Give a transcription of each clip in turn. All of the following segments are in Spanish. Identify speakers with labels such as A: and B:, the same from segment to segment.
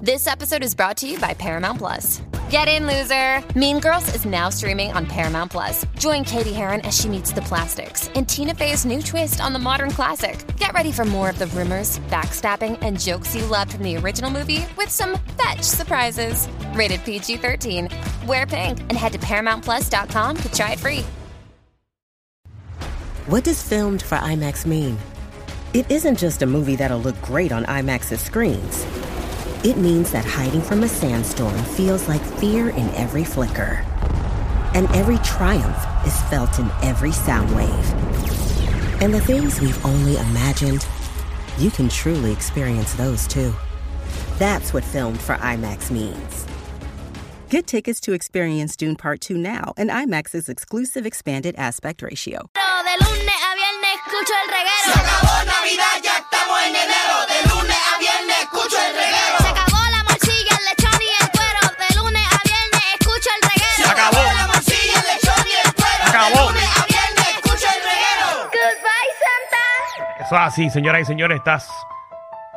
A: This episode is brought to you by Paramount Plus. Get in, loser! Mean Girls is now streaming on Paramount Plus. Join Katie Heron as she meets the plastics in Tina Fey's new twist on the modern classic. Get ready for more of the rumors, backstabbing, and jokes you loved from the original movie with some fetch surprises. Rated PG 13. Wear pink and head to ParamountPlus.com to try it free.
B: What does filmed for IMAX mean? It isn't just a movie that'll look great on IMAX's screens. It means that hiding from a sandstorm feels like fear in every flicker. And every triumph is felt in every sound wave. And the things we've only imagined, you can truly experience those too. That's what filmed for IMAX means. Get tickets to experience Dune Part 2 now and IMAX's exclusive expanded aspect ratio.
C: De lunes a viernes escucho el reguero.
D: Se acabó Navidad, ya estamos en enero. De lunes a viernes escucho el reguero.
C: Se acabó la morcilla, el lechón y el cuero. De lunes a viernes escucho el
D: Se
C: reguero.
D: acabó la morcilla, el lechón y el cuero. De lunes a viernes escucho el reguero.
C: Goodbye, Santa.
E: Eso es así, señoras y señores, estás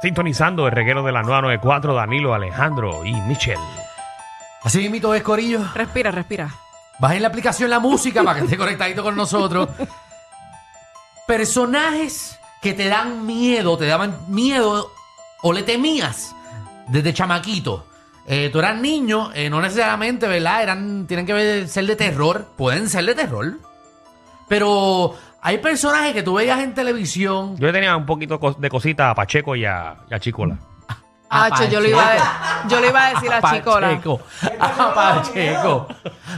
E: sintonizando el reguero de la 994, Danilo, Alejandro y Michelle.
F: Así mismito es, Corillo.
G: Respira, respira.
F: Bajen la aplicación La Música para que esté conectadito con nosotros. Personajes que te dan miedo, te daban miedo o le temías desde chamaquito. Eh, tú eras niño, eh, no necesariamente, ¿verdad? Eran, tienen que ver- ser de terror, pueden ser de terror. Pero hay personajes que tú veías en televisión.
E: Yo le tenía un poquito co- de cosita a Pacheco y a, y a Chicola.
F: Apacheco.
G: Acho, yo lo iba a, yo lo iba a decir a Chicola.
F: Pacheco. A Pacheco.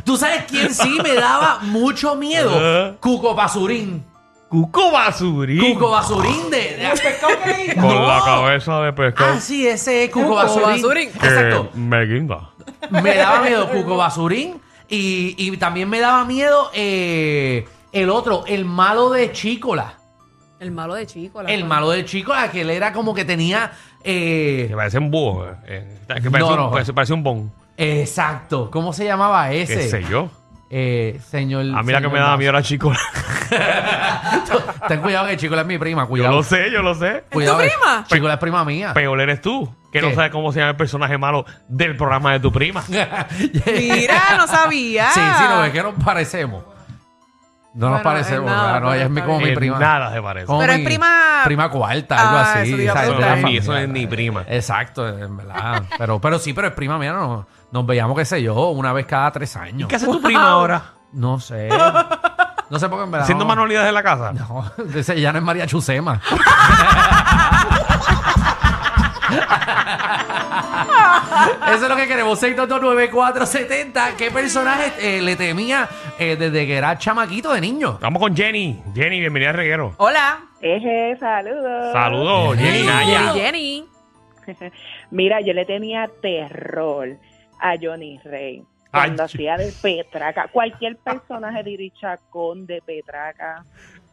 F: ¿Tú sabes quién sí me daba mucho miedo?
E: Ajá.
F: Cuco Basurín.
E: ¡Cuco Basurín!
F: Cuco Basurín de... de-
E: Con la
F: No.
E: cabeza de pescado
F: Ah, sí, ese es Cuco
G: Cuco
F: Basurín.
G: Basurín.
E: que
F: Exacto.
E: me guinda.
F: Me daba miedo Cuco Basurín y, y también me daba miedo eh, el otro, el malo de Chicola.
G: El malo de Chicola.
F: El malo de Chicola, que él era como que tenía... eh,
E: Que parece un búho. eh, eh, que parece,
F: No,
E: un,
F: no.
E: parece- parece un bon.
F: exacto. ¿Cómo se llamaba ese?
E: ¿Qué sé yo?
F: Eh, señor...
E: A mí la que
F: señor
E: me daba
F: Basu-
E: miedo era Chicola.
F: Ten cuidado que Chicola es mi prima,
E: yo
F: cuidado.
E: lo sé, yo lo sé.
F: Cuidado,
G: tu
F: eh.
G: prima?
F: Chicola es prima mía.
E: Peor eres tú, que no
F: ¿Qué?
E: sabes cómo se llama el personaje malo del programa de tu prima.
G: Mira, no sabía.
F: Sí, sí, no, es que nos parecemos. No nos
G: Bueno,
F: parecemos,
G: en nada,
F: ¿verdad? No,
G: pero
F: ella es mi,
G: está
F: como mi
E: Eh,
F: prima.
E: Nada se parece.
F: Como
G: Pero es
F: mi
G: prima-
F: Prima cuarta, algo
G: Ah,
F: así.
G: eso te iba a
F: ¿sabes?
G: preguntar.
F: Una
E: Eso es
F: familia.
E: ni prima.
F: Exacto, en verdad. Pero, pero sí, pero es prima mía. no- nos veíamos, qué sé yo, una vez cada tres años.
E: ¿Qué hace tu prima ahora?
F: No sé. No sé por qué en verdad.
E: ¿Haciendo
F: no-
E: manualidades de la casa?
F: No, ese ya no es María Chusema. Eso es lo que queremos. 6229470. ¿Qué personaje eh, le temía eh, desde que era chamaquito de niño?
E: Vamos con Jenny. Jenny, bienvenida al reguero.
G: Hola.
H: Eje, saludos.
E: Saludos, Jenny Naya.
G: Jenny, Jenny.
H: Mira, yo le tenía terror a Johnny Rey. Cuando
E: Ay,
H: hacía de Petraca, cualquier personaje de Iri Chacón de Petraca,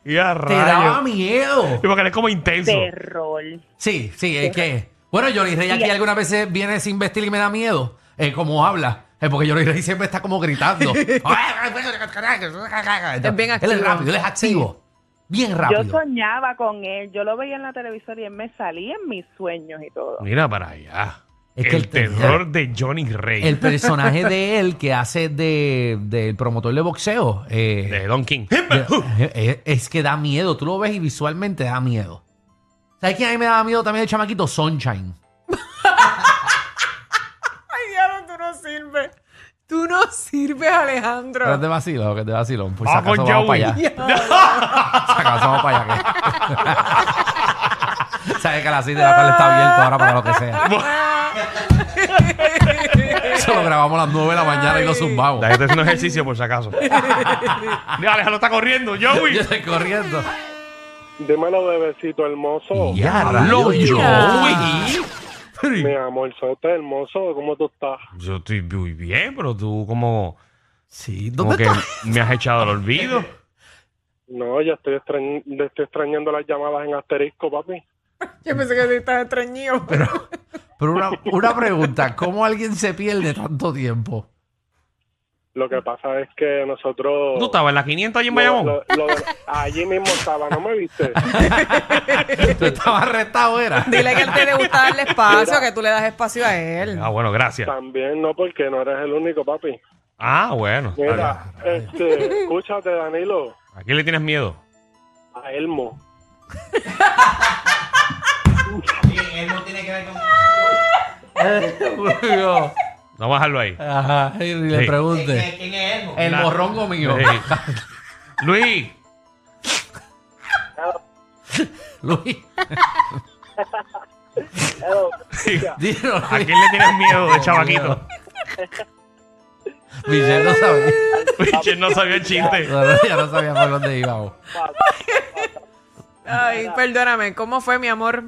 E: Y a
F: Te daba
E: rayos.
F: miedo.
E: Sí, porque él es como intenso.
H: terror.
F: Sí, sí, es que. Bueno, Johnny Rey aquí algunas veces viene sin vestir y me da miedo. eh, como habla. Es porque Johnny Rey siempre está como gritando. es
G: bien
F: Él es
G: activo.
F: rápido, él es activo. Bien rápido.
H: Yo soñaba con él, yo lo veía en la televisora y él me salía en mis sueños y todo.
E: Mira para allá.
F: Es que
E: el
F: él tenía-
E: terror de Johnny Rey.
F: El personaje de él que hace de, del promotor de boxeo eh,
E: de Don King.
F: eh, eh, es que da miedo. Tú lo ves y visualmente da miedo. ¿Sabes quién a mí me daba miedo también de chamaquito? Sunshine.
G: Ay, diablo, tú no sirves. Tú no sirves,
F: Pero
G: Alejandro.
F: te vacilo, que te vacilo. Pues si
E: Vamos
F: acaso
E: Ah, con
F: vamos
E: Joey.
F: para allá. Si acaso vamos para allá. que- Sabes que a las 6 de la tarde está abierto ahora para lo que sea. Eso lo grabamos a las 9 de la mañana y lo zumbamos.
E: La gente haciendo ejercicio por si acaso. Mira, Alejandro está corriendo, Joey.
F: Yo estoy corriendo.
I: Dímelo, bebecito hermoso.
F: Ya,
E: Hablo
F: rayos,
E: Joey.
I: Mi amor, sote hermoso, ¿cómo tú estás?
E: Yo estoy muy bien, pero tú como,
F: Sí,
E: como
F: ¿dónde
E: que
F: está?
E: me has echado al olvido.
I: No, ya estoy, extrañ- le estoy extrañando las llamadas en asterisco, papi.
G: Yo pensé que te estabas extrañido.
F: Pero, pero una, una pregunta, ¿cómo alguien se pierde tanto tiempo?
I: Lo que pasa es que nosotros...
E: ¿Tú estabas en la 500 allí en
I: lo-
E: Bayamón?
I: lo- lo de- allí mismo estaba, ¿no me viste?
F: Tú estabas arrestado, era.
G: Dile que él te gusta darle espacio, que tú le das espacio a él.
E: Ah, bueno, gracias.
I: También no, porque no eres el único, papi.
E: Ah, bueno. está
I: Mira, este, escúchate, Danilo,
E: bien. ¿A quién le tienes miedo?
I: a Elmo.
E: No bajarlo ahí.
F: Ajá, y le
E: Sí.
F: pregunte.
D: ¿Quién es Elmo?
F: El
E: La-
F: morrongo mío.
E: Sí. Luis,
F: Luis, dilo.
E: ¿a quién le tienes miedo de chavaquito?
F: Michelle no sabía.
E: Michelle no sabía el chiste.
F: No, no, ya no sabía por dónde íbamos.
G: Ay, perdóname, ¿cómo fue, mi amor?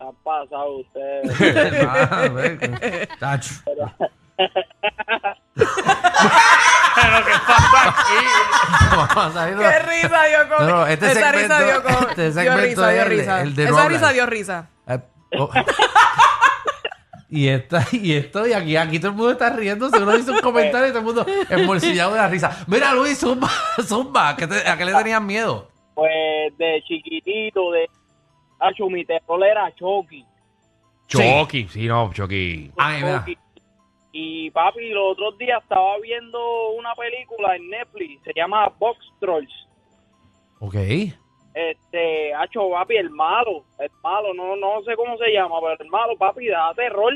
I: Ha pasado usted.
F: Ah, ve, tacho.
E: Pero ¿qué pasa aquí?
F: Vamos a salir de la-
G: ¡Qué risa dio con...
F: No, no, este
G: Esa risa
F: segmento-
G: dio con...
F: este
G: dio
F: segmento
G: risa,
F: es
G: dio
F: el de-
G: risa.
F: el de
G: Esa
F: Roland.
G: risa dio risa.
F: Eh, oh. Y esta, y esto, y aquí, aquí todo el mundo está riendo. Seguro dice un comentario y todo el mundo embolsillado de la risa. Mira, Luis, zumba, zumba, ¿qué te- ¿a qué le tenías miedo?
I: Pues de chiquitito, de... Acho, mi terror era Chucky.
E: Chucky, sí, no, Chucky.
F: A mí, mira.
I: Y papi, los otros días estaba viendo una película en Netflix, se llama Box Trolls.
F: Ok.
I: Este, Acho, papi, el malo, el malo, no, no sé cómo se llama, pero el malo, papi, da terror.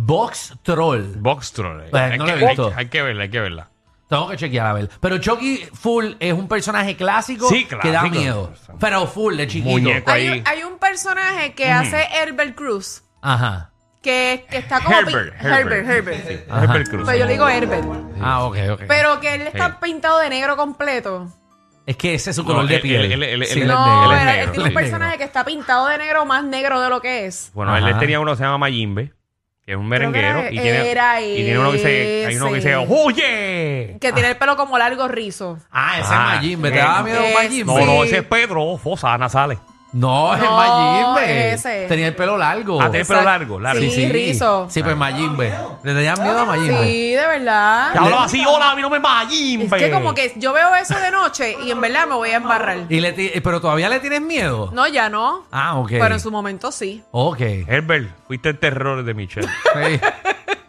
F: Box Troll.
E: Box Troll. eh.
F: Pues,
E: hay,
F: no
E: que,
F: lo he visto.
E: hay- hay que verla, hay que verla.
F: Tengo que chequear a ver. Pero Chucky Full es un personaje clásico
E: Sí,
F: que da
E: clásico.
F: miedo. Pero Full de chiquito.
E: Muñeco.
G: Hay,
E: Ahí.
G: un- hay un personaje que hace Herbert Cruz,
F: Ajá.
G: que, que está como... pi-
E: Herbert,
G: Herbert,
E: Herbert.
G: Herbert.
E: Sí,
F: Ajá.
E: Herbert Cruz.
G: Pero yo le digo Herbert.
F: Ah, ok, ok.
G: Pero que él está
E: Sí.
G: pintado de negro completo.
F: es que ese es su
E: No,
F: color de
E: él-
F: piel.
E: él- él- él-
F: Sí,
E: él-
F: él es
G: no,
E: negro, él es
G: era- él
E: negro,
G: tiene un
E: sí, es
G: personaje que está pintado de negro más negro de lo que es.
E: Bueno, él
F: Ajá.
E: tenía uno que se llama Mayimbe, que es un merenguero.
G: que
E: y, tiene,
G: era
E: y tiene uno que dice, hay uno que dice,
G: ese.
E: ¡Oye!
G: Que tiene el pelo como largo rizo.
F: Ah, ese
E: Ah,
F: es Majimbe. ¿Te
E: eh,
F: daba miedo
G: eh,
F: Majimbe?
E: No, no,
G: Sí.
E: ese es Pedro Fosana sale.
F: No, es
G: No,
F: Majimbe.
G: ese.
F: Tenía el pelo largo.
E: Ah, tiene el pelo largo, largo.
G: Sí, rizo.
F: Sí, pues Majimbe. Le tenían miedo a Majimbe.
G: Sí, de
E: Que
G: verdad.
E: hablaba así, hola, mi nombre es
G: Es
E: Mayimbe.
G: que como que yo veo eso de noche y en verdad me voy a embarrar.
F: Y le ti- Pero todavía le tienes miedo.
G: No, ya no.
F: Ah, ok.
G: Pero en su momento sí.
F: Ok.
E: Herbert, fuiste el terror de Michelle.
F: Sí.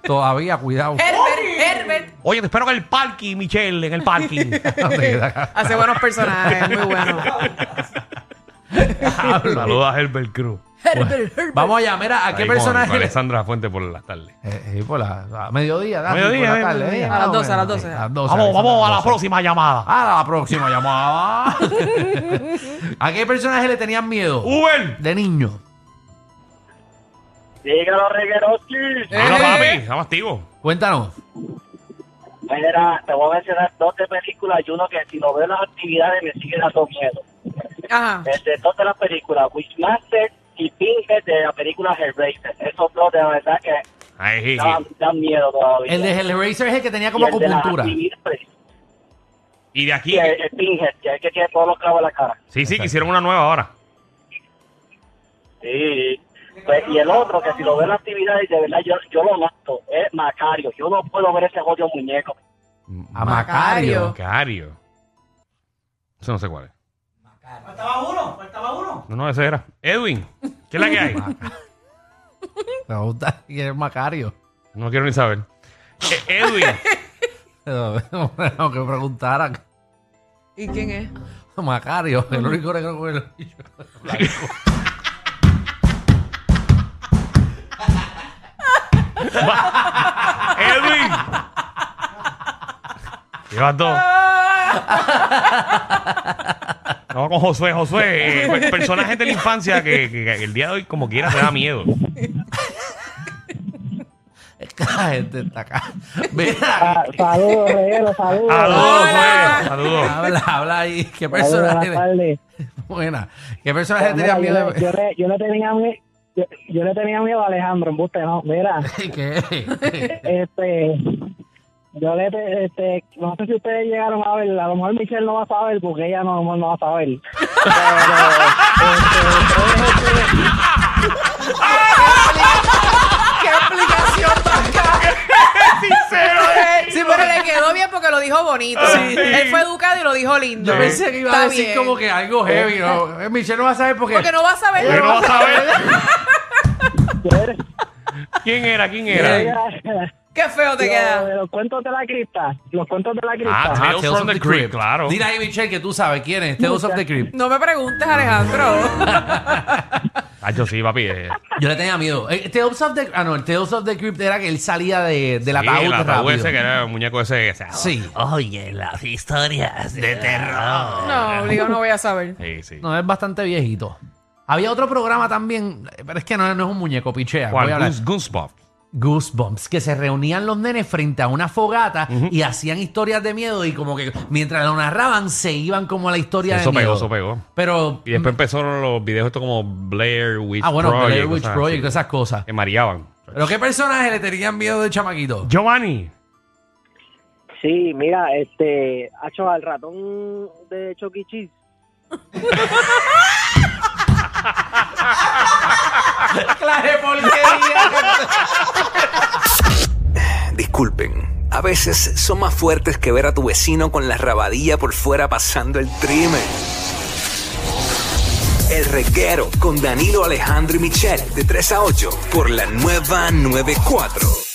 F: todavía, cuidado.
G: Herbert, Herbert.
E: Oye, te espero en el parking, Michelle, en el parking.
G: Hace buenos personajes, muy bueno.
E: Saluda a Herbert Cruz.
G: Herbert, Herbert.
F: Vamos allá, mira, ¿a qué
E: Ahí con-
F: personaje?
E: Con
F: le-
E: Alessandra Fuente por las tardes.
F: Eh, eh, por la, a mediodía, dale,
E: Mediodía,
F: por la
E: eh,
F: tarde,
E: mediodía.
F: eh,
E: A
F: más
G: las
F: o
G: 12, a las
F: menos,
G: 12.
F: sí, a las 12,
E: Vamos,
F: Alexandra,
E: vamos a
F: las
E: la
F: 12.
E: próxima llamada.
F: A la próxima llamada. ¿A qué personaje le tenían miedo?
E: Uber.
F: De niño.
I: Dígalo, Regueroski.
E: Hola, papi.
F: eh.
E: Estamos activos.
F: Cuéntanos.
I: Mira, te voy a mencionar dos de películas y uno que si no veo las actividades me sigue dando miedo.
G: Ajá.
I: Desde dos de las películas, Wishmaster y Pinhead de la película Hellraiser. Esos dos de la verdad que
E: Ahí, sí, sí.
I: dan, dan miedo todavía.
F: El de Hellraiser es el que tenía
I: Y
F: como
I: el de las
F: acupuntura.
I: actividades,
E: Y de aquí,
I: Y el, el Pinhead, que es el que tiene todos los clavos en la cara.
E: sí, sí,
F: Exacto.
E: que hicieron una nueva ahora.
I: Sí. Pues, y el otro, que si lo veo en las actividades, de verdad yo, yo lo mato, es Macario. Yo no puedo ver ese jodido muñeco.
F: A Macario.
E: Macario. Eso no sé cuál es.
D: Faltaba uno, faltaba uno.
E: No, no, ese era. Edwin, ¿qué es la que hay?
F: Me gusta que es Macario.
E: No quiero ni saber. Eh, Edwin,
F: Aunque preguntaran.
G: ¿Y quién es?
F: Macario,
G: Mm.
F: el único negro con el ojo blanco.
E: Edwin. Llevas dos. Vamos con Josué, Josué. eh, per- personajes de la infancia que, que- que el día de hoy, como quiera, te da miedo.
F: Esta gente está acá. Mira,
H: Saludos, reguero, saludos.
F: Ah,
E: Saludos, Josué. Saludos.
F: habla, habla ahí. ¿Qué
H: Saludos, buenas
F: personaje?
H: tardes.
F: le- Buena. ¿Qué personaje tenía
H: Pues Mira, yo,
F: miedo?
H: le, yo, le, yo le tenía miedo. Yo, yo le tenía miedo a Alejandro, embuste, no. Mira,
F: ¿Qué?
H: este, yo le, te- este, no sé si ustedes llegaron a ver, a lo mejor Michelle no va a saber porque ella no, a lo mejor no va a saber.
G: ¡Qué explicación tan cara!
E: Sincero.
G: Sí, pero le quedó bien bonito.
F: Sí.
G: Él fue educado y lo dijo lindo.
F: Yo pensé que iba a
G: Está
F: decir
G: bien.
F: como que algo heavy. ¿no? Eh, Michelle no va a saber porque.
G: Porque no va a saber.
E: Pero no
G: va
E: vas a ver
H: Yo-
E: quién era, quién era.
G: Qué feo te
H: yo-
G: queda.
H: de los cuentos de la cripta. Los cuentos de la cripta.
E: Ah,
F: Ah,
E: Tales from the Crypt, claro.
F: Dile ahí, Michelle, que tú sabes quién es Tales of the Crypt.
G: No me preguntes, Alejandro.
E: Ah, yo sí, papi. eh.
F: Yo le tenía miedo. Eh, Tales of the Ah, no, el Tales of the Crypt era que él salía de, del
E: Sí,
F: ataúd
E: el ataúd
F: rápido.
E: ese que era el muñeco ese. que se-
F: Sí.
D: Oye, las historias de terror.
G: No, obligado no voy a saber.
E: Sí, sí.
F: No, es bastante viejito. Había otro programa también, eh, pero es que no, no es un muñeco, pichea. Voy a
E: ¿Cuál?
F: hablar.
E: Goose- Goosebumps.
F: Goosebumps, que se reunían los nenes frente a una fogata y hacían historias de miedo y como que mientras lo narraban se iban como a la historia
E: Eso
F: de miedo.
E: pegó, eso pegó.
F: Pero...
E: Y después empezaron los videos estos como Blair Witch
F: ah, bueno,
E: Project.
F: Blair Witch
E: cosas
F: Project,
E: así,
F: esas cosas.
E: Que mareaban.
F: ¿Pero qué personaje le tenían miedo de chamaquito?
E: Giovanni.
I: Sí, mira, este, hecho al ratón de Chucky Cheese.
F: clase de porquería!
J: Disculpen, a veces son más fuertes que ver a tu vecino con la rabadilla por fuera pasando el trimen. El reguero con Danilo Alejandro y Michel de 3 a 8 por la nueva 94.